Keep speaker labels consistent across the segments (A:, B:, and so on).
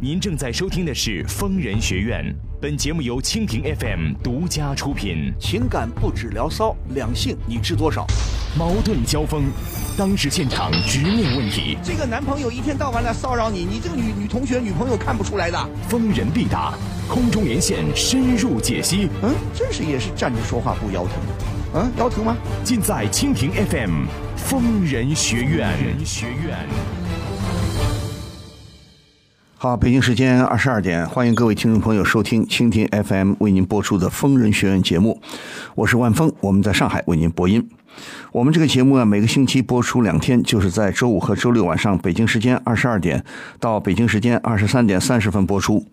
A: 您正在收听的是《疯人学院》，本节目由蜻蜓 FM 独家出品。
B: 情感不止聊骚，两性你知多少？
A: 矛盾交锋，当事现场直面问题，
C: 这个男朋友一天到晚来骚扰你，你这个女女同学、女朋友看不出来的。
A: 疯人必答，空中连线深入解析，
C: 嗯，真是也是站着说话不腰疼。嗯，腰疼吗？
A: 尽在蜻蜓 FM《疯人学院》。学院。
B: 好，北京时间二十二点，欢迎各位听众朋友收听蜻蜓 FM 为您播出的《疯人学院》节目，我是万峰，我们在上海为您播音。我们这个节目啊，每个星期播出两天，就是在周五和周六晚上北京时间二十二点到北京时间二十三点三十分播出。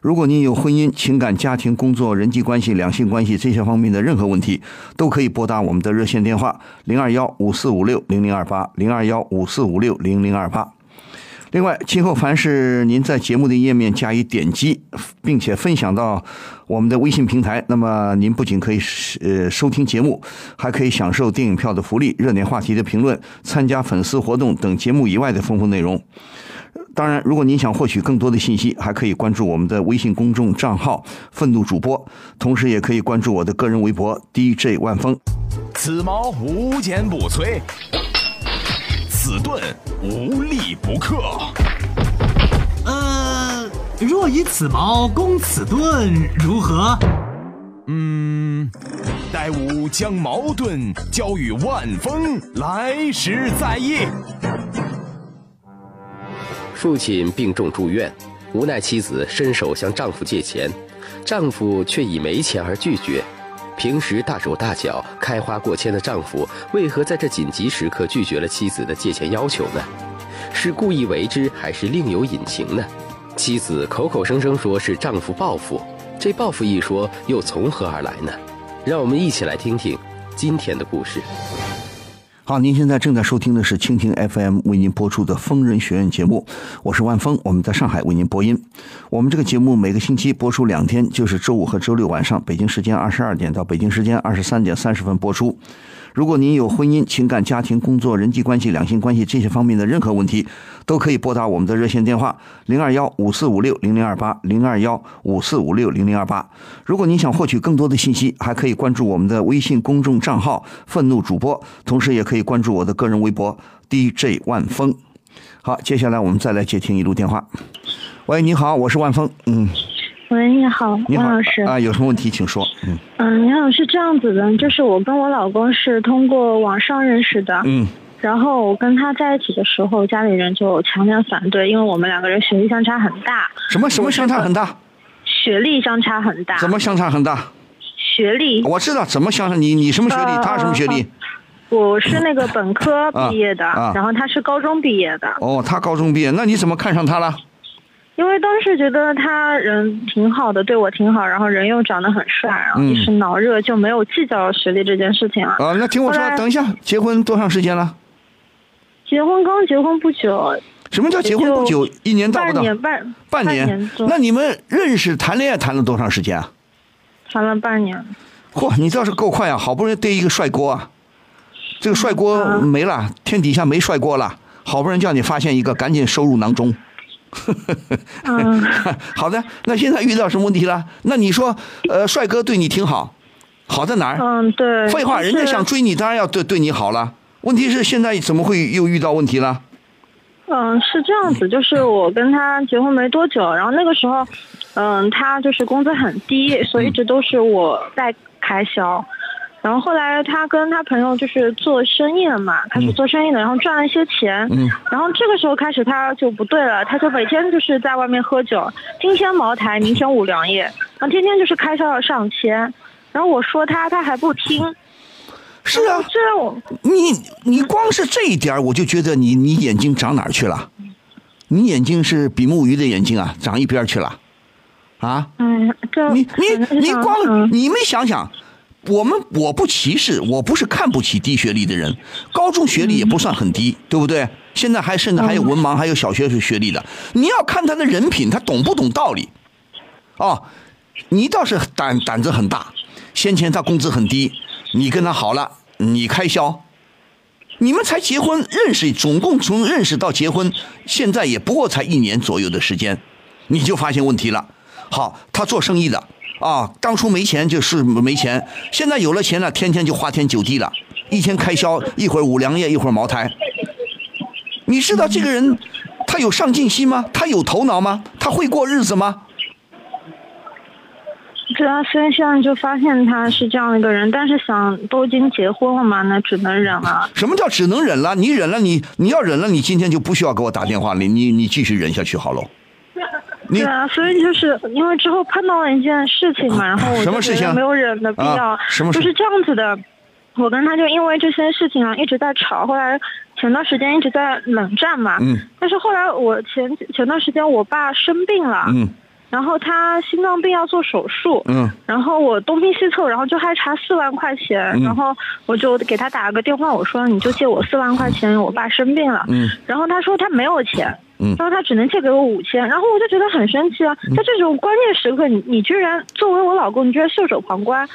B: 如果您有婚姻、情感、家庭、工作、人际关系、两性关系这些方面的任何问题，都可以拨打我们的热线电话零二幺五四五六零零二八零二幺五四五六零零二八。另外，今后凡是您在节目的页面加以点击，并且分享到我们的微信平台，那么您不仅可以呃收听节目，还可以享受电影票的福利、热点话题的评论、参加粉丝活动等节目以外的丰富内容。当然，如果您想获取更多的信息，还可以关注我们的微信公众账号“愤怒主播”，同时也可以关注我的个人微博 “DJ 万峰
A: 此矛无坚不摧，此盾无力不克。
D: 呃，若以此矛攻此盾，如何？
A: 嗯，待吾将矛盾交与万峰，来时再议。
E: 父亲病重住院，无奈妻子伸手向丈夫借钱，丈夫却以没钱而拒绝。平时大手大脚、开花过千的丈夫，为何在这紧急时刻拒绝了妻子的借钱要求呢？是故意为之，还是另有隐情呢？妻子口口声声说是丈夫报复，这报复一说又从何而来呢？让我们一起来听听今天的故事。”。
B: 好，您现在正在收听的是蜻蜓 FM 为您播出的《疯人学院》节目，我是万峰，我们在上海为您播音。我们这个节目每个星期播出两天，就是周五和周六晚上，北京时间二十二点到北京时间二十三点三十分播出。如果您有婚姻、情感、家庭、工作、人际关系、两性关系这些方面的任何问题，都可以拨打我们的热线电话零二幺五四五六零零二八零二幺五四五六零零二八。如果您想获取更多的信息，还可以关注我们的微信公众账号“愤怒主播”，同时也可以关注我的个人微博 “DJ 万峰”。好，接下来我们再来接听一路电话。喂，你好，我是万峰。嗯，
F: 喂，你好，
B: 你好
F: 王老师。
B: 啊，有什么问题请说。嗯
F: 嗯，你好，是这样子的，就是我跟我老公是通过网上认识的，
B: 嗯
F: 然后我跟他在一起的时候，家里人就强烈反对，因为我们两个人学历相差很大，
B: 什么什么相差很大？
F: 学历相差很大，
B: 怎么相差很大？
F: 学历？
B: 我知道怎么相差，你你什么学历？
F: 呃
B: 他什么学历？
F: 我是那个本科毕业的，
B: 啊啊
F: 然后他是高中毕业的，
B: 哦，他高中毕业，那你怎么看上他了？
F: 因为当时觉得他人挺好的，对我挺好，然后人又长得很帅，然后
B: 嗯
F: 一时脑热就没有计较学历这件事情了。
B: 啊，那听我
F: 后
B: 说，
F: 来
B: 等一下，结婚多长时间了？
F: 结婚刚结婚不久，
B: 什么叫结婚不久？一年到不
F: 半
B: 到？
F: 年半，
B: 半
F: 半
B: 年
F: 年多
B: 那你们认识谈恋爱谈了多长时间啊？
F: 谈了半年。
B: 嚯，你倒是够快啊！好不容易逮一个帅锅啊，这个帅锅
F: 啊
B: 没了，天底下没帅锅了。好不容易叫你发现一个，赶紧收入囊中。
F: 嗯，
B: 好的，那现在遇到什么问题了？那你说，呃，帅哥对你挺好，好在哪儿？
F: 嗯，对。
B: 废话，
F: 但
B: 人家
F: 是
B: 想追你，当然要对对你好了。问题是现在怎么会又遇到问题了？
F: 嗯，是这样子，就是我跟他结婚没多久，然后那个时候，嗯，他就是工资很低，所以一直都是我在开销。然后后来他跟他朋友就是做生意了嘛，开始做生意了，然后赚了一些钱。
B: 嗯
F: 然后这个时候开始他就不对了，他就每天就是在外面喝酒，今天茅台，明天五粮液，然后天天就是开销要上千。然后我说他，他还不听，
B: 是啊，
F: 这让我
B: 你你光是这一点儿我就觉得你你眼睛长哪儿去了？你眼睛是比目鱼的眼睛啊，长一边儿去了，啊？
F: 哎，这
B: 你
F: 反
B: 你
F: 正
B: 你
F: 想
B: 光
F: 嗯
B: 你们想想，我们我不歧视，我不是看不起低学历的人，高中学历也不算很低，
F: 嗯
B: 对不对？现在还甚至还有文盲，还有小学学历的，你要看他的人品，他懂不懂道理？哦，你倒是胆胆子很大，先前他工资很低，你跟他好了，你开销。你们才结婚认识，总共从认识到结婚，现在也不过才一年左右的时间。你就发现问题了。好，他做生意的啊，当初没钱就是没钱，现在有了钱了，天天就花天酒地了，一天开销，一会儿五粮液，一会儿茅台。你知道这个人，他有上进心吗？他有头脑吗？他会过日子吗？
F: 对啊，所以现在就发现他是这样的一个人，但是想都已经结婚了嘛，那只能忍了。
B: 什么叫只能忍了？你忍了，你你要忍了，你今天就不需要给我打电话了，你你你继续忍下去好喽。你
F: 对啊，所以就是因为之后碰到了一件事情嘛，然后我
B: 啊什么
F: 就
B: 事
F: 觉
B: 情
F: 得没有忍的必要，
B: 啊什么事
F: 就是这样子的。我跟他就因为这些事情啊一直在吵，后来前段时间一直在冷战嘛。
B: 嗯。
F: 但是后来我前前段时间我爸生病了，
B: 嗯
F: 然后他心脏病要做手术，
B: 嗯，
F: 然后我东拼西凑，然后就还差四万块钱，
B: 嗯
F: 然后我就给他打了个电话，我说你就借我四万块钱，我爸生病了，
B: 嗯，
F: 然后他说他没有钱，
B: 嗯
F: 他说他只能借给我五千，然后我就觉得很生气啊，在这种关键时刻，你你居然作为我老公，你居然袖手旁观，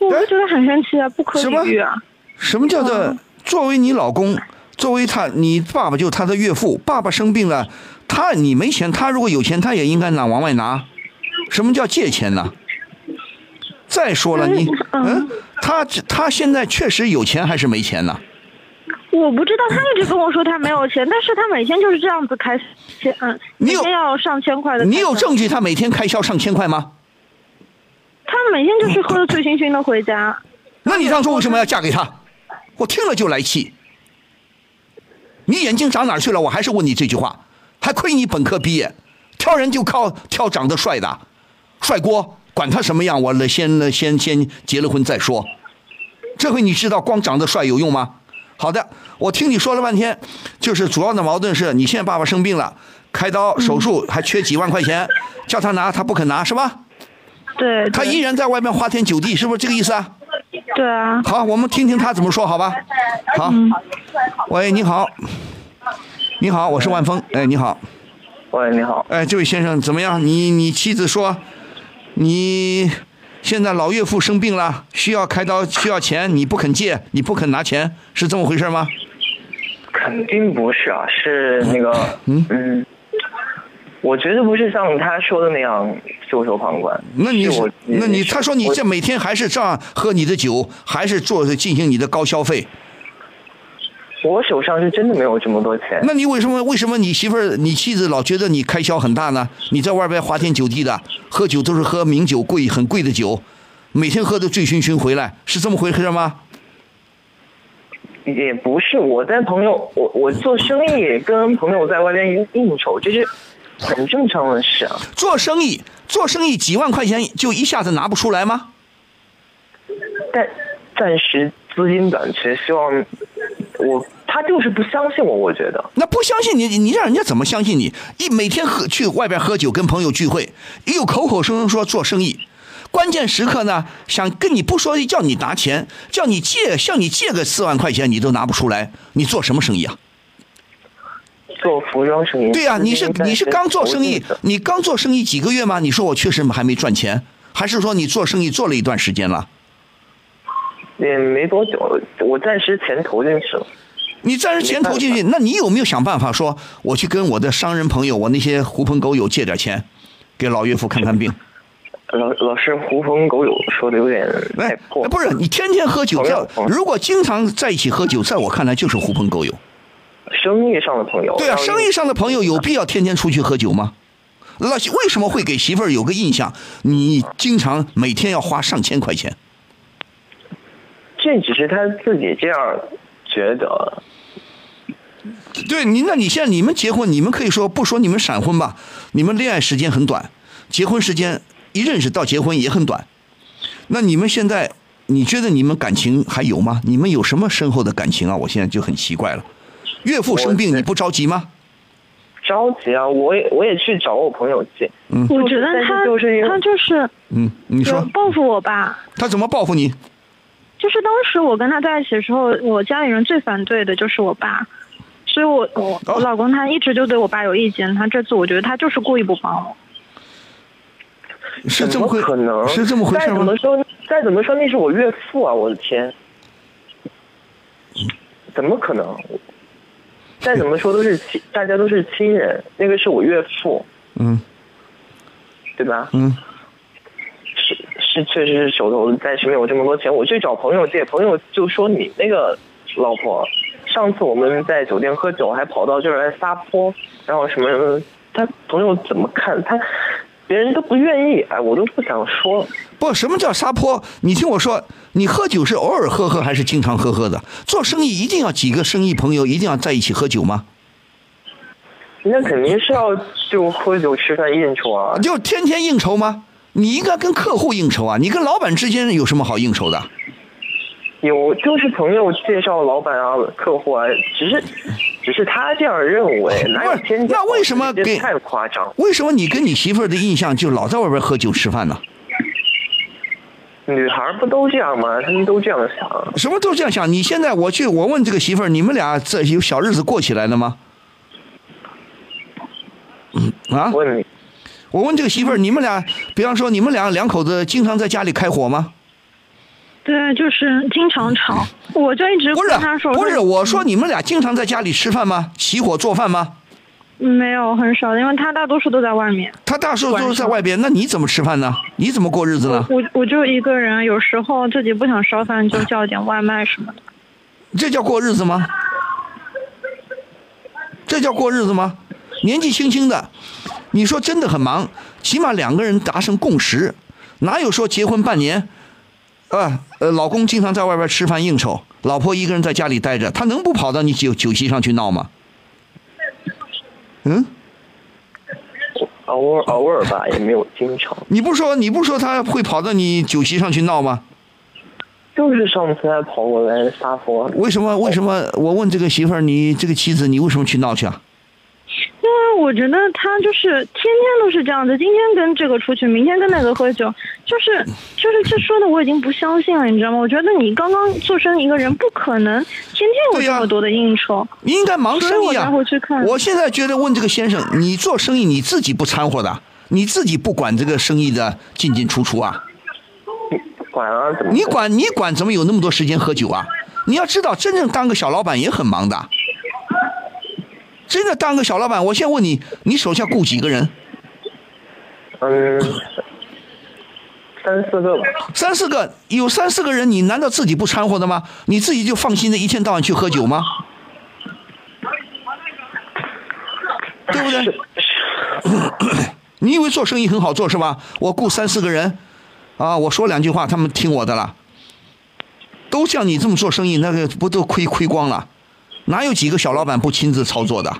F: 我就觉得很生气啊，不可
B: 哎什么
F: 理喻啊，
B: 什么叫做作为你老公，作为他你爸爸就是他的岳父，爸爸生病了，他你没钱，他如果有钱，他也应该拿往外拿。什么叫借钱呢？再说了，你
F: 嗯
B: 嗯，他他现在确实有钱还是没钱呢？
F: 我不知道，他一直跟我说他没有钱，但是他每天就是这样子开，钱，嗯，
B: 你
F: 每
B: 有
F: 天要上千块的开销，
B: 你有证据他每天开销上千块吗？
F: 他每天就是喝得醉醺醺的回家。
B: 那你当初为什么要嫁给他？我听了就来气。你眼睛长哪儿去了？我还是问你这句话，还亏你本科毕业，挑人就靠挑长得帅的，帅锅，管他什么样，我了先先先结了婚再说。这回你知道光长得帅有用吗？好的，我听你说了半天，就是主要的矛盾是你现在爸爸生病了，开刀手术还缺几万块钱，叫他拿他不肯拿是吧？
F: 对，
B: 他
F: 对
B: 依然在外面花天酒地，是不是这个意思啊？
F: 对啊，
B: 好，我们听听他怎么说，好吧？好，喂，你好，你好，我是万峰，哎，你好，
G: 喂，你好，
B: 哎，这位先生怎么样？你你妻子说，你现在老岳父生病了，需要开刀，需要钱，你不肯借，你不肯拿钱，是这么回事吗？
G: 肯定不是啊，是那个，嗯我觉得不是像他说的那样袖手旁观。
B: 那你
G: 是我，嗯
B: 那你，他说你
G: 我
B: 这每天还是这样喝你的酒，还是做进行你的高消费，
G: 我手上是真的没有这么多钱。
B: 那你为什么为什么你媳妇儿你妻子老觉得你开销很大呢？你在外边花天酒地的，喝酒都是喝名酒贵很贵的酒，每天喝的醉醺醺回来，是这么回事吗？
G: 也不是，我在朋友，我我做生意跟朋友在外边应应酬，这是很正常的事啊。
B: 做生意做生意几万块钱就一下子拿不出来吗？
G: 但暂时资金短缺，希望我他就是不相信我，我觉得
B: 那不相信你，你让人家怎么相信你？一每天喝去外边喝酒，跟朋友聚会，又口口声声说做生意，关键时刻呢，想跟你不说叫你拿钱，叫你借，向你借个四万块钱，你都拿不出来，你做什么生意啊？
G: 做服装生意。
B: 对呀、你是
G: 资金暂时
B: 你是刚做生
G: 投
B: 意
G: 进的，
B: 你刚做生意几个月吗？你说我确实还没赚钱，还是说你做生意做了一段时间了？
G: 也没多久，我暂时钱投进去了。
B: 你暂时钱投进去，那你有没有想办法说，我去跟我的商人朋友，我那些狐朋狗友借点钱，给老岳父看看 病？
G: 老老师狐朋狗友说的有点太
B: 哎，
G: 破，
B: 不是你天天喝酒，
G: 朋友
B: 在
G: 朋友
B: 如果经常在一起喝酒，在我看来就是狐朋狗友。
G: 生意上的朋友。
B: 对啊，
G: 然后
B: 生意上的朋友有必要天天出去喝酒吗？那为什么会给媳妇儿有个印象，你经常每天要花上千块钱？
G: 这只是他自己这样觉得，
B: 对你，那你现在你们结婚，你们可以说不说你们闪婚吧？你们恋爱时间很短，结婚时间一认识到结婚也很短。那你们现在，你觉得你们感情还有吗？你们有什么深厚的感情啊？我现在就很奇怪了。岳父生病，你不着急吗？
G: 着急啊！我也我也去找我朋友借，
F: 我觉得他
G: 但是就是因为
F: 他就是
B: 嗯，你
F: 有
B: 说
F: 报复我吧。
B: 他怎么报复你？
F: 就是当时我跟他在一起的时候，我家里人最反对的就是我爸，所以我我
B: 哦
F: 我老公他一直就对我爸有意见。他这次我觉得他就是故意不帮我。
B: 是这
G: 怎
B: 么
G: 么
B: 回
G: 可能？
B: 是这么回事
G: 再怎
B: 吗
G: 么？说，再怎么说那是我岳父啊！我的天，怎么可能？再怎么说都是亲，大家都是亲人，那个是我岳父。
B: 嗯，
G: 对吧？
B: 嗯，
G: 是是，确实是手头暂时没有这么多钱。我去找朋友借，朋友就说你那个老婆，上次我们在酒店喝酒，还跑到这儿来撒泼，然后什么什么，他朋友怎么看他？别人都不愿意，哎，我都不想说。
B: 不，什么叫撒泼？你听我说，你喝酒是偶尔喝喝还是经常喝喝的？做生意一定要几个生意朋友一定要在一起喝酒吗？
G: 那肯定是要就喝酒吃饭应酬啊。
B: 就天天应酬吗？你应该跟客户应酬啊，你跟老板之间有什么好应酬的？
G: 有就是朋友介绍老板啊、客户啊，只是只是他这样认为，哪有天天
B: 那为什么
G: 这
B: 给
G: 太夸张？
B: 为什么你跟你媳妇儿的印象就老在外边喝酒吃饭呢？
G: 女孩不都这样吗？他们都这样想。
B: 什么都这样想。你现在我去，我问这个媳妇儿，你们俩这有小日子过起来了吗？嗯啊，
G: 问你，
B: 我问这个媳妇儿，你们俩，比方说你们俩两口子经常在家里开火吗？
F: 对，就是经常吵，我就一直
B: 不
F: 跟他
B: 是，嗯
F: 说，嗯
B: 不是，
F: 他
B: 我说你们俩经常在家里吃饭吗？起火做饭吗？
F: 没有很少，因为他大多数都在外面，
B: 他大时候都
F: 晚
B: 是在
F: 上
B: 外边，那你怎么吃饭呢？你怎么过日子呢？
F: 我我就一个人，有时候自己不想烧饭就叫点外卖什么的。
B: 这叫过日子吗？这叫过日子吗？年纪轻轻的，你说真的很忙，起码两个人达成共识，哪有说结婚半年，啊呃，老公经常在外边吃饭应酬，老婆一个人在家里待着，他能不跑到你酒酒席上去闹吗？嗯，
G: 偶尔偶尔吧，也没有经常。
B: 你不说你不说他会跑到你酒席上去闹吗？
G: 就是上次还跑过来撒泼，
B: 为什么为什么我问这个媳妇儿，你这个妻子，你为什么去闹去啊？
F: 因为啊我觉得他就是天天都是这样子，今天跟这个出去，明天跟那个喝酒，就是 就是这说的我已经不相信了，你知道吗？我觉得你刚刚做生意一个人，不可能天天有
B: 对呀
F: 这么多的应酬。
B: 你应该忙生意
F: 所以我
B: 啊！
F: 才会去看
B: 我现在觉得问这个先生，你做生意你自己不掺和的，你自己不管这个生意的进进出出啊？
G: 管啊怎么？
B: 你管你管怎么有那么多时间喝酒啊？你要知道，真正当个小老板也很忙的。真的当个小老板，我先问你，你手下雇几个人？
G: 嗯，三四个吧。
B: 三四个，有三四个人，你难道自己不掺和的吗？你自己就放心的一天到晚去喝酒吗？对不对？ 你以为做生意很好做是吧？我雇三四个人，啊，我说两句话，他们听我的了。都像你这么做生意，那个不都亏亏光了？哪有几个小老板不亲自操作的？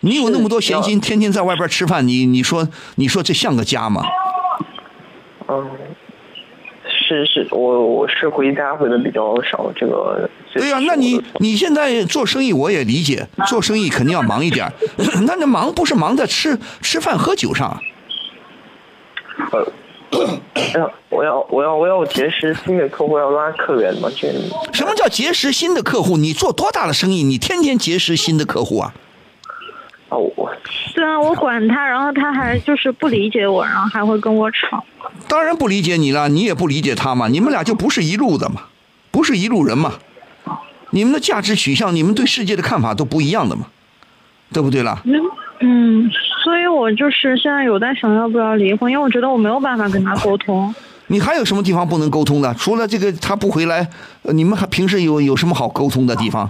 B: 你有那么多闲心，天天在外边吃饭，你你说你说这像个家吗？
G: 嗯，是是，我我是回家回的比较少，这个这
B: 哎对呀、
G: 是
B: 那
G: 我的
B: 你
G: 错
B: 你现在做生意我也理解，做生意肯定要忙一点儿， 那那忙不是忙在吃吃饭喝酒上，
G: 呃我要我要我要结识新的客户，要拉客源嘛，这
B: 什么叫结识新的客户？你做多大的生意，你天天结识新的客户啊？
G: 啊我
F: 虽然我管他，然后他还就是不理解我，然后还会跟我吵。
B: 当然不理解你了，你也不理解他嘛，你们俩就不是一路的嘛，不是一路人嘛，你们的价值取向，你们对世界的看法都不一样的嘛，对不对啦？
F: 嗯，所以我就是现在有在想要不要离婚，因为我觉得我没有办法跟他沟通。
B: 你还有什么地方不能沟通的？除了这个他不回来，呃你们还平时有有什么好沟通的地方？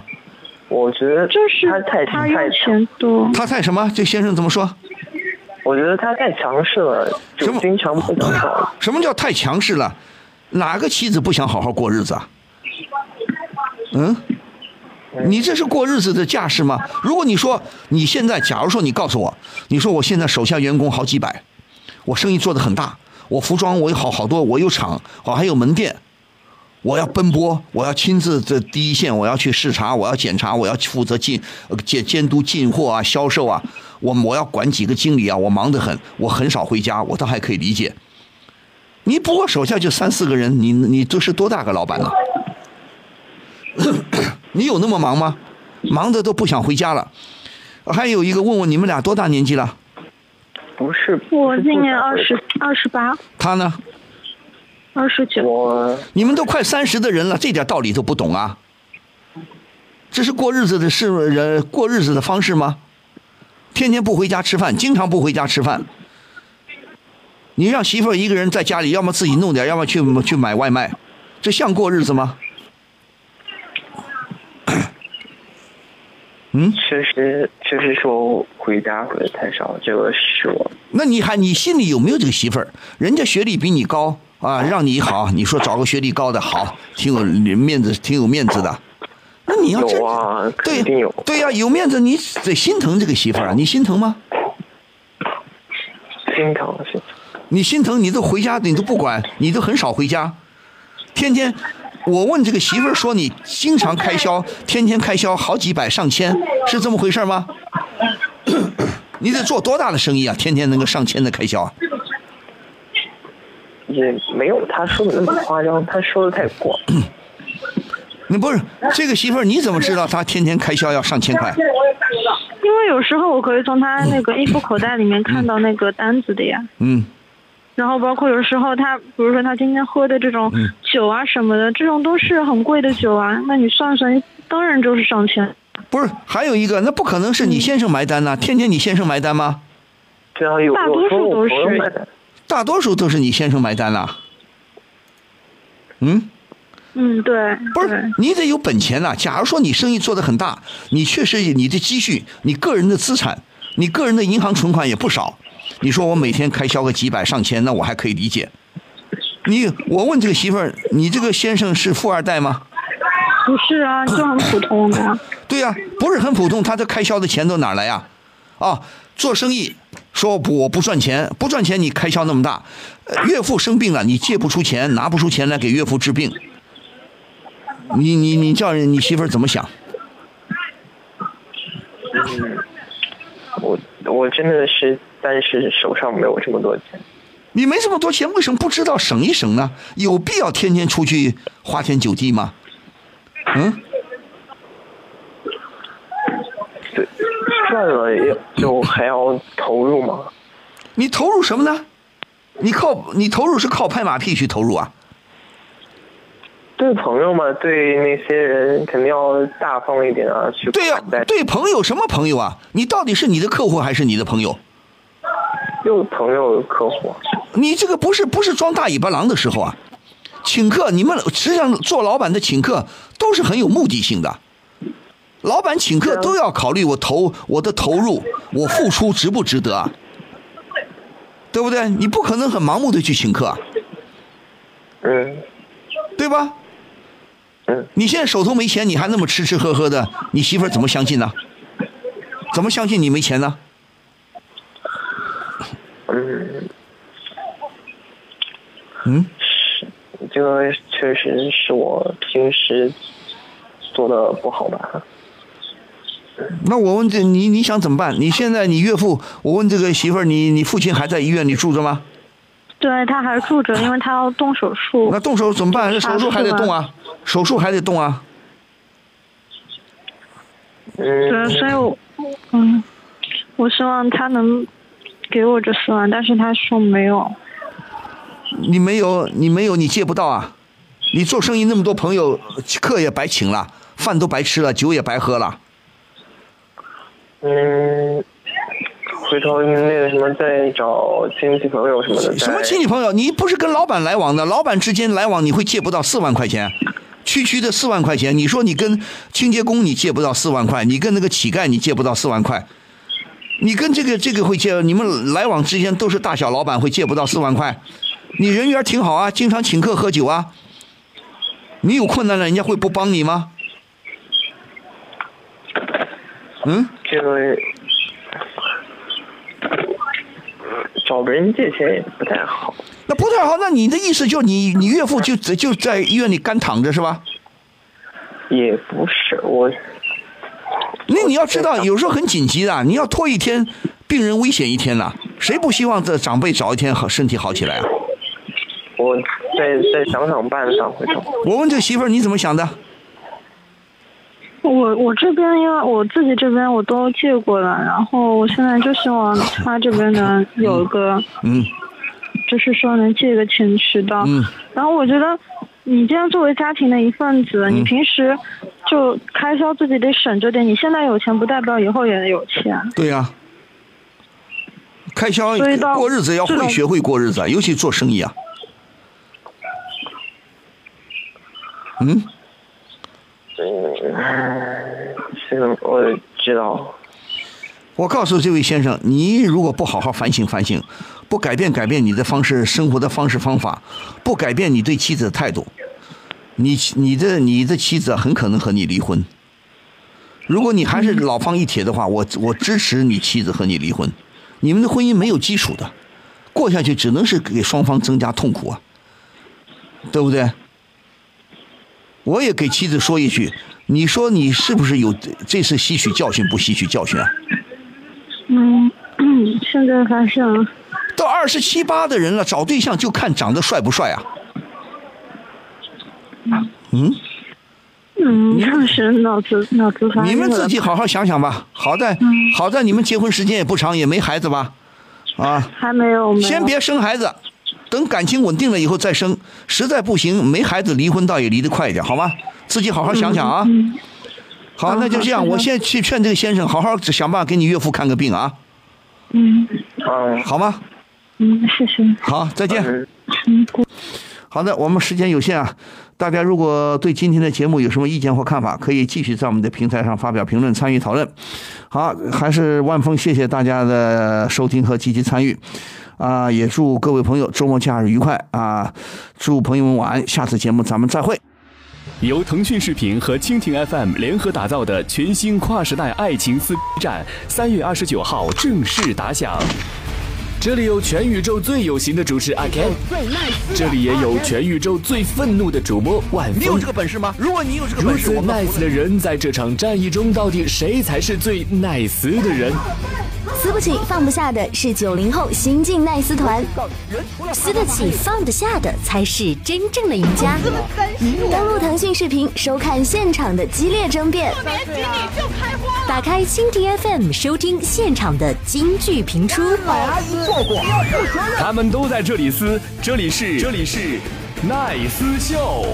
G: 我觉得
F: 就是
G: 他太
F: 他
G: 太
F: 用
G: 强，
F: 钱多，
B: 他太什么？这先生怎么说？
G: 我觉得他太强势了，
B: 什
G: 就
B: 么
G: 经常不讲道
B: 什么叫太强势了？哪个妻子不想好好过日子啊？嗯，你这是过日子的架势吗？如果你说你现在，假如说你告诉我，你说我现在手下员工好几百，我生意做得很大，我服装我有好好多，我有厂，我还有门店，我要奔波，我要亲自这第一线，我要去视察，我要检查，我要负责进呃监监督进货啊、销售啊，我我要管几个经理啊，我忙得很，我很少回家，我倒还可以理解。你不过手下就三四个人，你你这是多大个老板呢？ 你有那么忙吗？忙的都不想回家了。还有一个问问你们俩多大年纪了？
G: 理，不是
F: 我今年
G: 不
F: 二
G: 是
F: 十二十八、
B: 他呢？
F: 二十
G: 不想
F: 九，
G: 我
B: 你们都快三十的人了，这点道理都不懂啊？这是过日子的呃是人过日子的方式吗？天天不回家吃饭，经常不回家吃饭，你让媳妇儿一个人在家里，要么自己弄点，要么去去买外卖，这像过日子吗？
G: 确实确实说回家回的太少，这个是我
B: 那你还你心里有没有这个媳妇儿？人家学历比你高啊，让你好，你说找个学历高的好，挺有面子，挺有面子的。那你要真
G: 有啊，肯定
B: 对
G: 有。
B: 对呀、有面子，你得心疼这个媳妇儿啊，你心疼吗？
G: 心疼心疼。
B: 你心疼，你都回家你都不管，你都很少回家，天天。我问这个媳妇儿说你经常开销，天天开销好几百上千，是这么回事吗？ 你得做多大的生意啊，天天能够上千的开销啊？
G: 也没有他说的那么夸张，他说的太过。
B: 你不是这个媳妇儿，你怎么知道她天天开销要上千块？
F: 因为有时候我可以从他那个衣服口袋里面看到那个单子的呀。
B: 嗯，
F: 然后包括有时候他，比如说他今天喝的这种
B: 嗯
F: 酒啊什么的，这种都是很贵的酒啊，那你算算，当然就是上千。
B: 不是，还有一个，那不可能是你先生埋单呐、天天你先生埋单吗？
G: 对啊，有
F: 大多
G: 有时候
F: 数
G: 我
F: 都
G: 朋友
F: 是
G: 买的，
B: 大多数都是你先生埋单啦、嗯，
F: 嗯，对，
B: 不
F: 对
B: 是，你得有本钱呐、假如说你生意做得很大，你确实你的积蓄、你个人的资产、你个人的银行存款也不少，你说我每天开销个几百上千，那我还可以理解。你我问这个媳妇儿，你这个先生是富二代吗？
F: 不是啊，就很普通的啊。
B: 对呀、不是很普通，他这开销的钱都哪儿来呀、啊？做生意说不我不赚钱，不赚钱你开销那么大，呃岳父生病了你借不出钱，拿不出钱来给岳父治病，你你你叫人你媳妇儿怎么想？
G: 我我真的是，但是手上没有这么多钱。
B: 你没这么多钱，为什么不知道省一省呢？有必要天天出去花天酒地吗？嗯，
G: 赚了也就还要投入吗？
B: 你投入什么呢？你靠你投入是靠拍马屁去投入啊？
G: 对朋友嘛，对那些人肯定要大方一点啊，去
B: 对呀、
G: 款待。
B: 对朋友什么朋友啊？你到底是你的客户还是你的朋友？
G: 又朋友客户，
B: 你这个不是不是装大尾巴狼的时候啊！请客，你们实际上做老板的请客都是很有目的性的。老板请客都要考虑我投我的投入，我付出值不值得啊？对不对？你不可能很盲目的去请客啊，
G: 嗯
B: 对吧？
G: 嗯，
B: 你现在手头没钱，你还那么吃吃喝喝的，你媳妇儿怎么相信呢？怎么相信你没钱呢？嗯，
G: 这个确实是我平时做的不好吧？
B: 那我问这你你想怎么办？你现在你岳父，我问这个媳妇儿，你你父亲还在医院里住着吗？
F: 对他还住着，因为他要动手术
B: 那。动手怎么办？这手术还得动啊，手术还得动啊。
F: 对，
G: 嗯，
F: 所以我，嗯，我希望他能给我这四万，但是他说没有。
B: 你没有，你没有，你借不到啊。你做生意那么多朋友，课也白请了，饭都白吃了，酒也白喝了。
G: 嗯，回头那个什么，再找亲戚朋友什么的。
B: 什么
G: 再
B: 亲戚朋友？你不是跟老板来往的，老板之间来往你会借不到四万块钱，区区的四万块钱，你说你跟清洁工你借不到四万块，你跟那个乞丐你借不到四万块，你跟这个这个会借，你们来往之间都是大小老板会借不到四万块，你人缘挺好啊，经常请客喝酒啊，你有困难了人家会不帮你吗？嗯。
G: 这个找别人借钱也不太好。
B: 那不太好，那你的意思就是你你岳父就就在医院里干躺着是吧？
G: 也不是我，
B: 那你要知
F: 哦
B: 道，有时候很紧急的，你要拖一天，病人危险一天呐、谁不希望这长辈早一天好身体好起来啊？
G: 我再再想想办法，回头。
B: 我问这个媳妇儿你怎么想的？
F: 我我这边因为我自己这边我都借过了，然后我现在就希望他这边能有一个，
B: 嗯，
F: 就是说能借个钱渠道。
B: 嗯
F: 然后我觉得，你既然作为家庭的一份子，
B: 嗯
F: 你平时就开销自己得省着点。你现在有钱不代表以后也有钱。
B: 对呀、开销
F: 所以到
B: 过日子要
F: 这
B: 会
F: 种
B: 学会过日子啊，尤其做生意啊。嗯，
G: 是，我知道。
B: 我告诉这位先生，你如果不好好反省反省，不改变改变你的方式、生活的方式方法，不改变你对妻子的态度，你你的你的妻子很可能和你离婚。如果你还是老方一铁的话，我我支持你妻子和你离婚，你们的婚姻没有基础的，过下去只能是给双方增加痛苦啊，对不对？我也给妻子说一句，你说你是不是有这次吸取教训不吸取教训啊？
F: 嗯， 现在发现了，
B: 到二十七八的人了，找对象就看长得帅不帅啊？嗯，
F: 嗯，确实脑子脑子发热了。
B: 你们自己好好想想吧。好在好在你们结婚时间也不长，也没孩子吧？啊，
F: 还没有没有
B: 先别生孩子，等感情稳定了以后再生。实在不行，没孩子离婚倒也离得快一点，好吗？自己好好想想啊。好，那就这样。我现在去劝这个先生，好好想办法给你岳父看个病啊，
F: 嗯
G: 嗯，
B: 好吗？
F: 嗯，谢谢。
B: 好，再
G: 啊
B: 见。
F: 嗯，过
B: 好的，我们时间有限啊，大家如果对今天的节目有什么意见或看法，可以继续在我们的平台上发表评论，参与讨论。好，还是万峰，谢谢大家的收听和积极参与，啊、也祝各位朋友周末假日愉快啊、祝朋友们晚安，下次节目咱们再会。
A: 由腾讯视频和蜻蜓 FM 联合打造的全新跨时代爱情撕逼战，三月二十九号正式打响。这里有全宇宙最有型的主持阿 Ken，这里也有全宇宙最愤怒的主播万峰。
H: 个本事吗？如果你有这
A: 如此 nice 的人，在这场战役中，到底谁才是最 nice 的人？
I: 撕不起放不下的是九零后新晋耐撕团，撕得起放得下的才是真正的赢家。登录腾讯视频收看现场的激烈争辩，打开蜻蜓 FM 收听现场的京剧评出。
A: 他们都在这里撕，这里是这里是奈斯秀。